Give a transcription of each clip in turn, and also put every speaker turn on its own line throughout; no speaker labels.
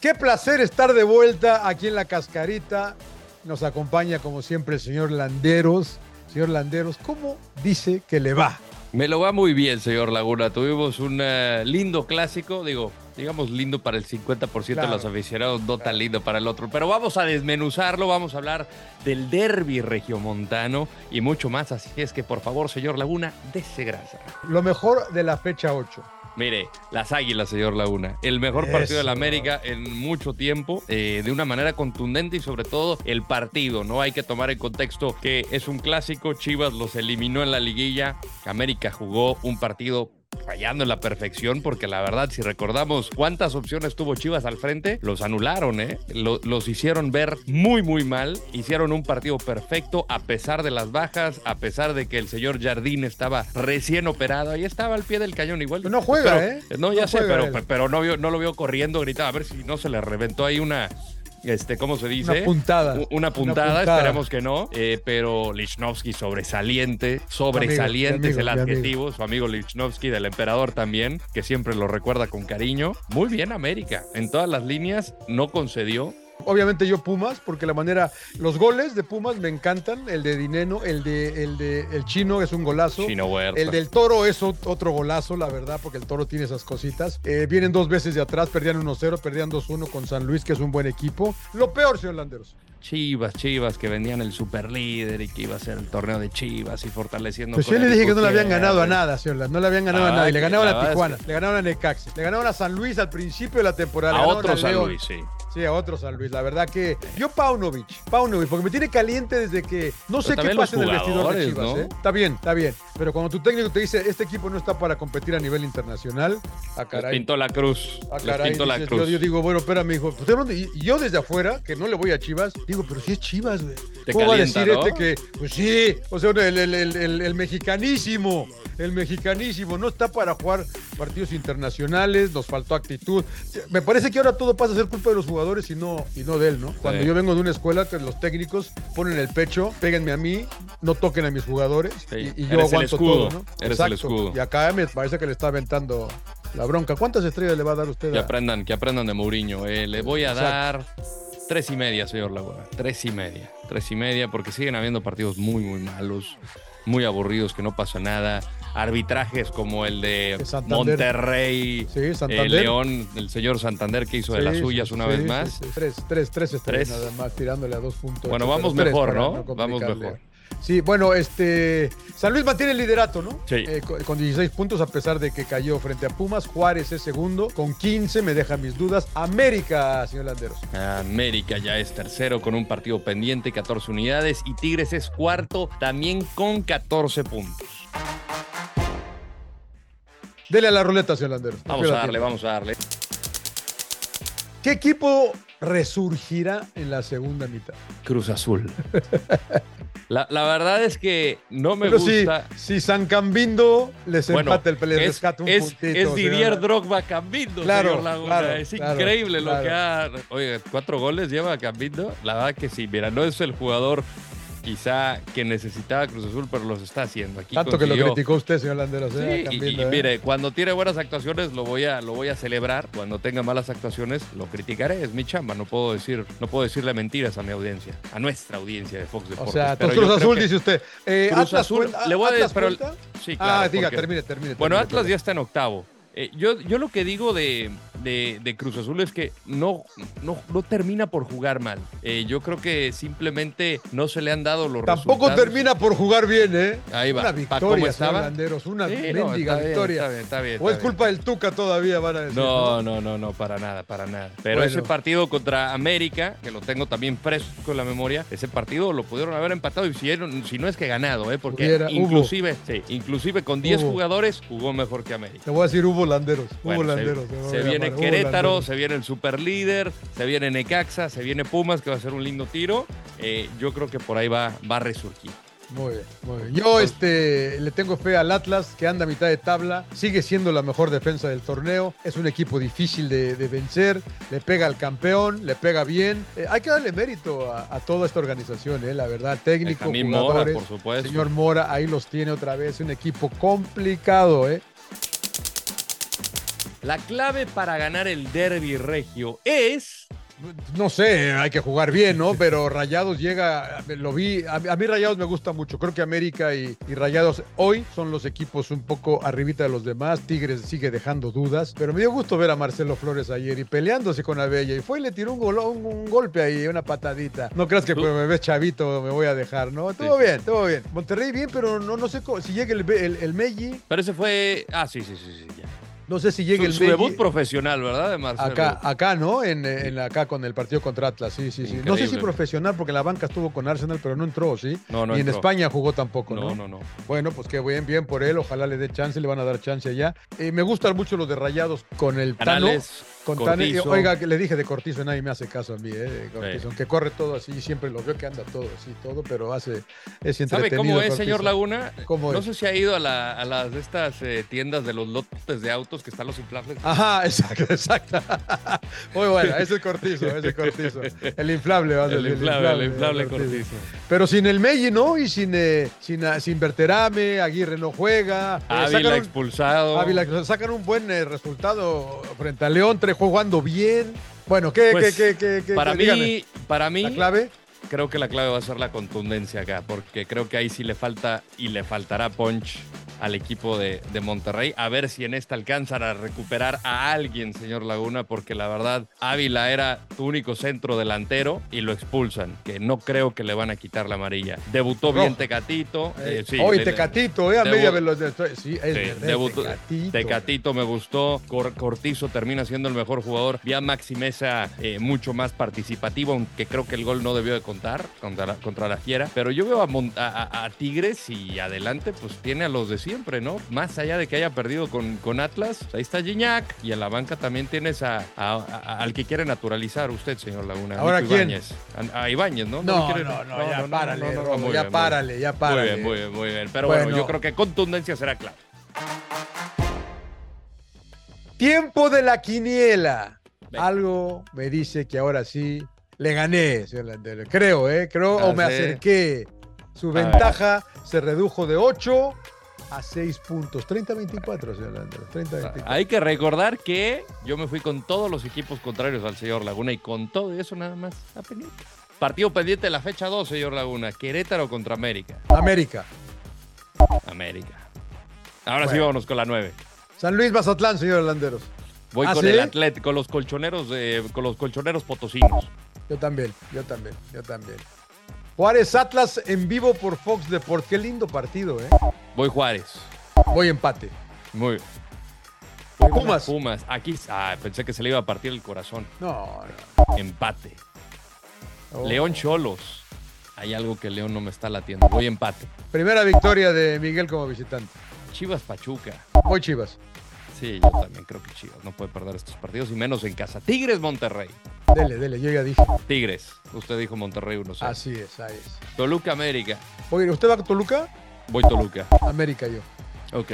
Qué placer estar de vuelta aquí en la cascarita. Nos acompaña como siempre el señor Landeros. Señor Landeros, ¿cómo dice que le va?
Me lo va muy bien, señor Laguna. Tuvimos un eh, lindo clásico, digo, digamos lindo para el 50%
Claro.
de los aficionados, no tan lindo para el otro. Pero vamos a desmenuzarlo, vamos a hablar del derby regiomontano y mucho más. Así es que, por favor, señor Laguna, dese grasa.
Lo mejor de la fecha 8.
Mire, las Águilas, señor Laguna. El mejor partido de la
Eso.
América en mucho tiempo, eh, de una manera contundente y sobre todo el partido. No hay que tomar en contexto que es un clásico. Chivas los eliminó en la liguilla. América jugó un partido fallando en la perfección porque la verdad si recordamos cuántas opciones tuvo Chivas al frente los anularon eh Lo- los hicieron ver muy muy mal hicieron un partido perfecto a pesar de las bajas a pesar de que el señor Jardín estaba recién operado ahí estaba al pie del cañón igual
No juega,
pero-
¿eh?
No, ya
No
sé,
juega
pero,
él.
pe- pero no, vio- no lo vio corriendo, gritaba, a ver si no se le reventó ahí una, este, ¿cómo se dice?
Una puntada.
U- una puntada, esperemos que no, eh, pero Lichnowsky sobresaliente, sobresaliente
mi amigo,
es el
mi amigo.
adjetivo, su amigo Lichnowsky del emperador también, que siempre lo recuerda con cariño. Muy bien América, en todas las líneas, no concedió.
Obviamente yo Pumas, porque la manera, los goles de Pumas me encantan. El de Dineno, el de el de el chino es un golazo.
Chino Huerta.
El del toro es ot- otro golazo, la verdad, porque el toro tiene esas cositas. Eh, vienen dos veces de atrás, perdían 1-0, perdían 2-1 con San Luis, que es un buen equipo. Lo peor, señor Landeros.
Chivas, Chivas, que vendían el superlíder y que iba a ser el torneo de Chivas y fortaleciendo.
Pues
con
yo le
Eric
dije que no le habían
Gutiérrez.
ganado a nada, señor Landeros. No le habían ganado
La
a nadie. Le
verdad es que-
ganaron
la
a
verdad es
Tijuana,
que-
le ganaron a Necaxi, le ganaron a San Luis al principio de la temporada. le
A
ganaron
otro
al
San
León.
Luis, sí.
Sí, a otro San Luis. La verdad que yo Paunovic, Paunovic, porque me tiene caliente desde que no sé qué
también los
pasa en el vestidor de
jugadores,
Chivas.
¿no?
¿eh? Está bien, está bien. Pero cuando tu técnico te dice este equipo no está para competir a nivel internacional, a
Les
caray.
pintó la cruz.
Ah,
Les
caray,
pintó la
dices,
cruz.
Yo, yo digo, bueno, espérame, hijo. Pues, de pronto, y- y yo desde afuera, que no le voy a Chivas, digo, pero si es Chivas, güey.
Te
¿Cómo va a
calienta,
decir
¿no?
este que, pues sí, o sea, el, el- el- el- el mexicanísimo, el mexicanísimo, no está para jugar partidos internacionales, nos faltó actitud. Me parece que ahora todo pasa a ser culpa de los jugadores y no, y no de él, ¿no? Cuando
Sí.
yo vengo de una escuela que los técnicos ponen el pecho, péguenme a mí, no toquen a mis jugadores y,
Sí,
y
eres
yo
el
aguanto
escudo,
todo, ¿no?
eres el escudo.
Y acá me parece que le está aventando la bronca. ¿Cuántas estrellas le va a dar usted
Que
a,
aprendan, que aprendan de Mourinho. eh. le voy a
Exacto.
dar tres y media, señor Laguna. Tres y media. Tres y media, porque siguen habiendo partidos muy, muy malos, muy aburridos, que no pasa nada. Arbitrajes como el de
De Santander.
Monterrey,
Sí, Santander.
el Eh, León, el señor Santander que hizo de
Sí,
las suyas
sí,
una
sí,
vez
sí,
más.
sí. Tres, tres, tres estrellas
Tres.
nada más, tirándole a dos puntos.
Bueno, vamos mejor, ¿no? Vamos mejor.
Sí, bueno, este. San Luis mantiene el liderato, ¿no?
Sí.
Eh, co- con 16 puntos, a pesar de que cayó frente a Pumas. Juárez es segundo, con 15, me dejan mis dudas. América, señor Landeros.
América ya es tercero con un partido pendiente, 14 unidades. Y Tigres es cuarto, también con 14 puntos.
Dele a la ruleta, señor Landeros. No
Vamos a
pierda
darle,
tiempo.
vamos a darle.
¿Qué equipo resurgirá en la segunda mitad?
Cruz Azul. La, la verdad es que no me
Pero si,
gusta.
si San Cambindo les
Bueno,
empata el les
es,
rescata un
es-
puntito.
es
señor
Didier
Landeros.
Drogba Cambindo,
Claro,
señor Laguna.
claro,
es
claro,
increíble lo que ha.
claro.
Oye, cuatro goles lleva Cambindo. La verdad que sí, mira, no es el jugador quizá que necesitaba Cruz Azul, pero los está haciendo. Aquí
Tanto que lo
consiguió-
criticó usted, señor Landeros.
Sí,
eh,
y- y,
Cambindo, eh.
mire, cuando tiene buenas actuaciones lo voy a lo voy a celebrar. Cuando tenga malas actuaciones lo criticaré. Es mi chamba. No puedo decir no puedo decirle mentiras a mi audiencia, a nuestra audiencia de Fox
O
Deportes.
sea,
Pero
entonces
yo
Cruz
creo
Azul,
que-
dice usted. Eh,
Cruz
Atlas
Azul,
cuenta-
le voy a
¿Atlas
des- pero-
cuenta?
Sí, claro.
ah, diga,
porque-
termine, termine.
Bueno,
termine,
Atlas ya
perdón.
está en octavo. Eh, yo, yo lo que digo de, de- de Cruz Azul es que no, no, no termina por jugar mal. Eh, yo creo que simplemente no se le han dado los
Tampoco
resultados.
termina por jugar bien, ¿eh?
Ahí va.
Una
Pa' cómo
victoria, señor
estaba.
Landeros, una
Sí, no,
mendiga
está bien,
victoria.
está bien, está bien,
o
está
es
bien.
culpa del Tuca todavía, van a decir.
No, no, no, no, para nada, para nada. Pero
Bueno.
ese partido contra América, que lo tengo también fresco en la memoria, ese partido lo pudieron haber empatado y si, era- si no es que ganado, ¿eh? porque
Hubiera,
inclusive, sí, inclusive con 10
Hubo.
jugadores jugó mejor que América.
Te voy a decir, hubo Landeros.
Bueno,
hubo Landeros.
se-
me voy
se,
a llamar,
viene
hubo
Querétaro,
Landeros.
se viene el superlíder, se viene Necaxa, se viene Pumas, que va a ser un lindo tiro. Eh, yo creo que por ahí va, va a resurgir.
Muy bien, muy bien. Yo este, le tengo fe al Atlas, que anda a mitad de tabla, sigue siendo la mejor defensa del torneo, es un equipo difícil de, de vencer, le pega al campeón, le pega bien. Eh, hay que darle mérito a, a toda esta organización, eh, la verdad, técnico,
Benjamín Mora,
jugadores,
por supuesto.
señor Mora, ahí los tiene otra vez, un equipo complicado. eh.
La clave para ganar el derby regio es
No sé, hay que jugar bien, ¿no? Pero Rayados llega, lo vi, a, a mí Rayados me gusta mucho. Creo que América y, y Rayados hoy son los equipos un poco arribita de los demás. Tigres sigue dejando dudas, pero me dio gusto ver a Marcelo Flores ayer y peleándose con Abella y fue y le tiró un, golo- un- un golpe ahí, una patadita. No creas que
Tú-
pues, me ves chavito, me voy a dejar, ¿no? Todo
Sí.
bien, todo bien. Monterrey bien, pero no, no sé cómo- si llega el, el, el Meji,
Pero ese fue. Ah, sí, sí, sí, sí. ya.
no sé si llega
Su,
el
su
Meji.
debut profesional, ¿verdad? De Marcelo.
Acá, acá, ¿no? En, eh, en la- acá con el partido contra Atlas, sí, sí, sí. No sé si
Increíble.
profesional, porque la banca estuvo con Arsenal, pero no entró, ¿sí?
No, no
y en
entró.
España jugó tampoco, ¿no?
No, no, no.
Bueno, pues qué bien, bien por él. Ojalá le dé chance, le van a dar chance allá. Eh, me gustan mucho los de rayados con el Tano.
Canales.
Con Tano. Y,
Cortizo.
Oiga, que le dije de Cortizo, nadie me hace caso a mí, ¿eh? de Cortizo, aunque corre todo así, siempre lo veo que anda todo así, todo, pero hace, es entretenido.
¿Sabe cómo es,
Cortizo.
señor Laguna?
¿Cómo
No
es?
sé si ha ido a, la- a las de estas eh, tiendas de los lotes de autos que están los inflables.
Ajá, exacto, exacto. Muy bueno, ese es Cortizo, ese es Cortizo. El inflable va a ser
el inflable, el inflable
Cortizo.
cortizo.
Pero sin el Meji, ¿no? Y sin, eh, sin, ah, sin Berterame, Aguirre no juega. Eh,
Ávila
sacan, un,
expulsado.
Ávila, sacan un buen eh, resultado frente a León, Trejo jugando bien. Bueno, ¿qué,
Pues,
qué, qué, qué, qué-
para,
qué?
mí,
Dígame,
para mí,
la clave?
creo que la clave va a ser la contundencia acá, porque creo que ahí sí le falta y le faltará punch al equipo de, de Monterrey. A ver si en esta alcanzan a recuperar a alguien, señor Laguna, porque la verdad, Ávila era tu único centro delantero y lo expulsan, que no creo que le van a quitar la amarilla. Debutó
Roja.
bien Tecatito. eh, sí,
Hoy
le- le-
Tecatito, ¿eh? A
debut-
media velocidad. Sí, es
Sí,
verdad,
debutó-
Tecatito.
Tecatito me gustó, Cor- Cortizo termina siendo el mejor jugador, vi a Maxi Mesa eh, mucho más participativo, aunque creo que el gol no debió de contar contra la, contra la Fiera, pero yo veo a, Mon- a- a- a Tigres y adelante pues tiene a los de siempre, ¿no? Más allá de que haya perdido con, con Atlas, ahí está Gignac y en la banca también tienes a, a- a- al que quiere naturalizar usted, señor Laguna.
¿Ahora
Nico
quién?
Ibáñez. A, a Ibáñez, ¿no?
No,
lo
no,
quiere-
no, ya
no, no,
párale,
no, no, no,
Rodo, ya
muy bien, muy bien.
párale, ya
Muy
párale.
bien, muy bien, muy bien. Pero bueno,
Bueno.
yo creo que contundencia será clave.
Tiempo de la quiniela.
Venga.
Algo me dice que ahora sí le gané, señor Landero. Creo, ¿eh? Creo,
Ah,
o me
sí.
acerqué. Su
A ver.
ventaja se redujo de 8 a 6 puntos. 30-24, señor Landero. 30-24.
Hay que recordar que yo me fui con todos los equipos contrarios al señor Laguna y con todo eso nada más a pendiente. Partido pendiente de la fecha 2, señor Laguna. Querétaro contra América.
América.
América. Ahora sí
Bueno.
vámonos con la 9.
San Luis Mazatlán, señor Landeros.
Voy
¿Ah,
con
sí?
el Atlético, con los colchoneros, eh, con los colchoneros potosinos.
Yo también, yo también, yo también. Juárez Atlas en vivo por Fox Deportes. Qué lindo partido, ¿eh?
Voy Juárez.
Voy empate.
Muy bien.
Pumas.
Pumas. Aquí. Ah, pensé que se le iba a partir el corazón.
No,
Empate.
no.
León Cholos. Hay algo que León no me está latiendo. Voy empate.
Primera victoria de Miguel como visitante.
Chivas Pachuca.
Voy Chivas.
Sí, yo también creo que Chivas no puede perder estos partidos y menos en casa. Tigres Monterrey.
Dele, dele, yo ya dije.
Tigres. Usted dijo Monterrey 1 0.
Así es, ahí es.
Toluca América.
Oye, ¿usted va a Toluca?
Voy Toluca.
América yo.
Ok.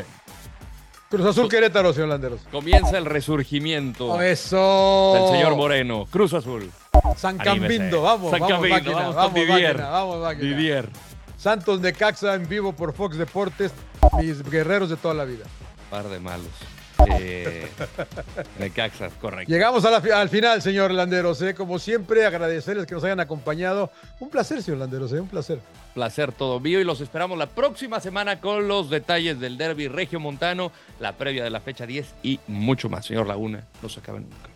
Cruz Azul Querétaro, señor Landeros.
Comienza el resurgimiento
Eso.
Oh. del señor Moreno. Cruz Azul.
San
Anímese.
Cambindo, vamos,
San
vamos,
Cambindo,
máquina,
vamos
vamos,
con Didier.
máquina, vamos, máquina.
Didier.
Santos de Caxa en vivo por Fox Deportes. Mis guerreros de toda la vida.
Par de malos. Eh, Necaxa, correcto.
Llegamos a la fi- al final, señor Landeros. ¿eh? Como siempre, agradecerles que nos hayan acompañado. Un placer, señor Landeros, ¿eh? un placer.
placer todo mío y los esperamos la próxima semana con los detalles del derby regiomontano, la previa de la fecha 10 y mucho más. Señor Laguna, no se acaben nunca.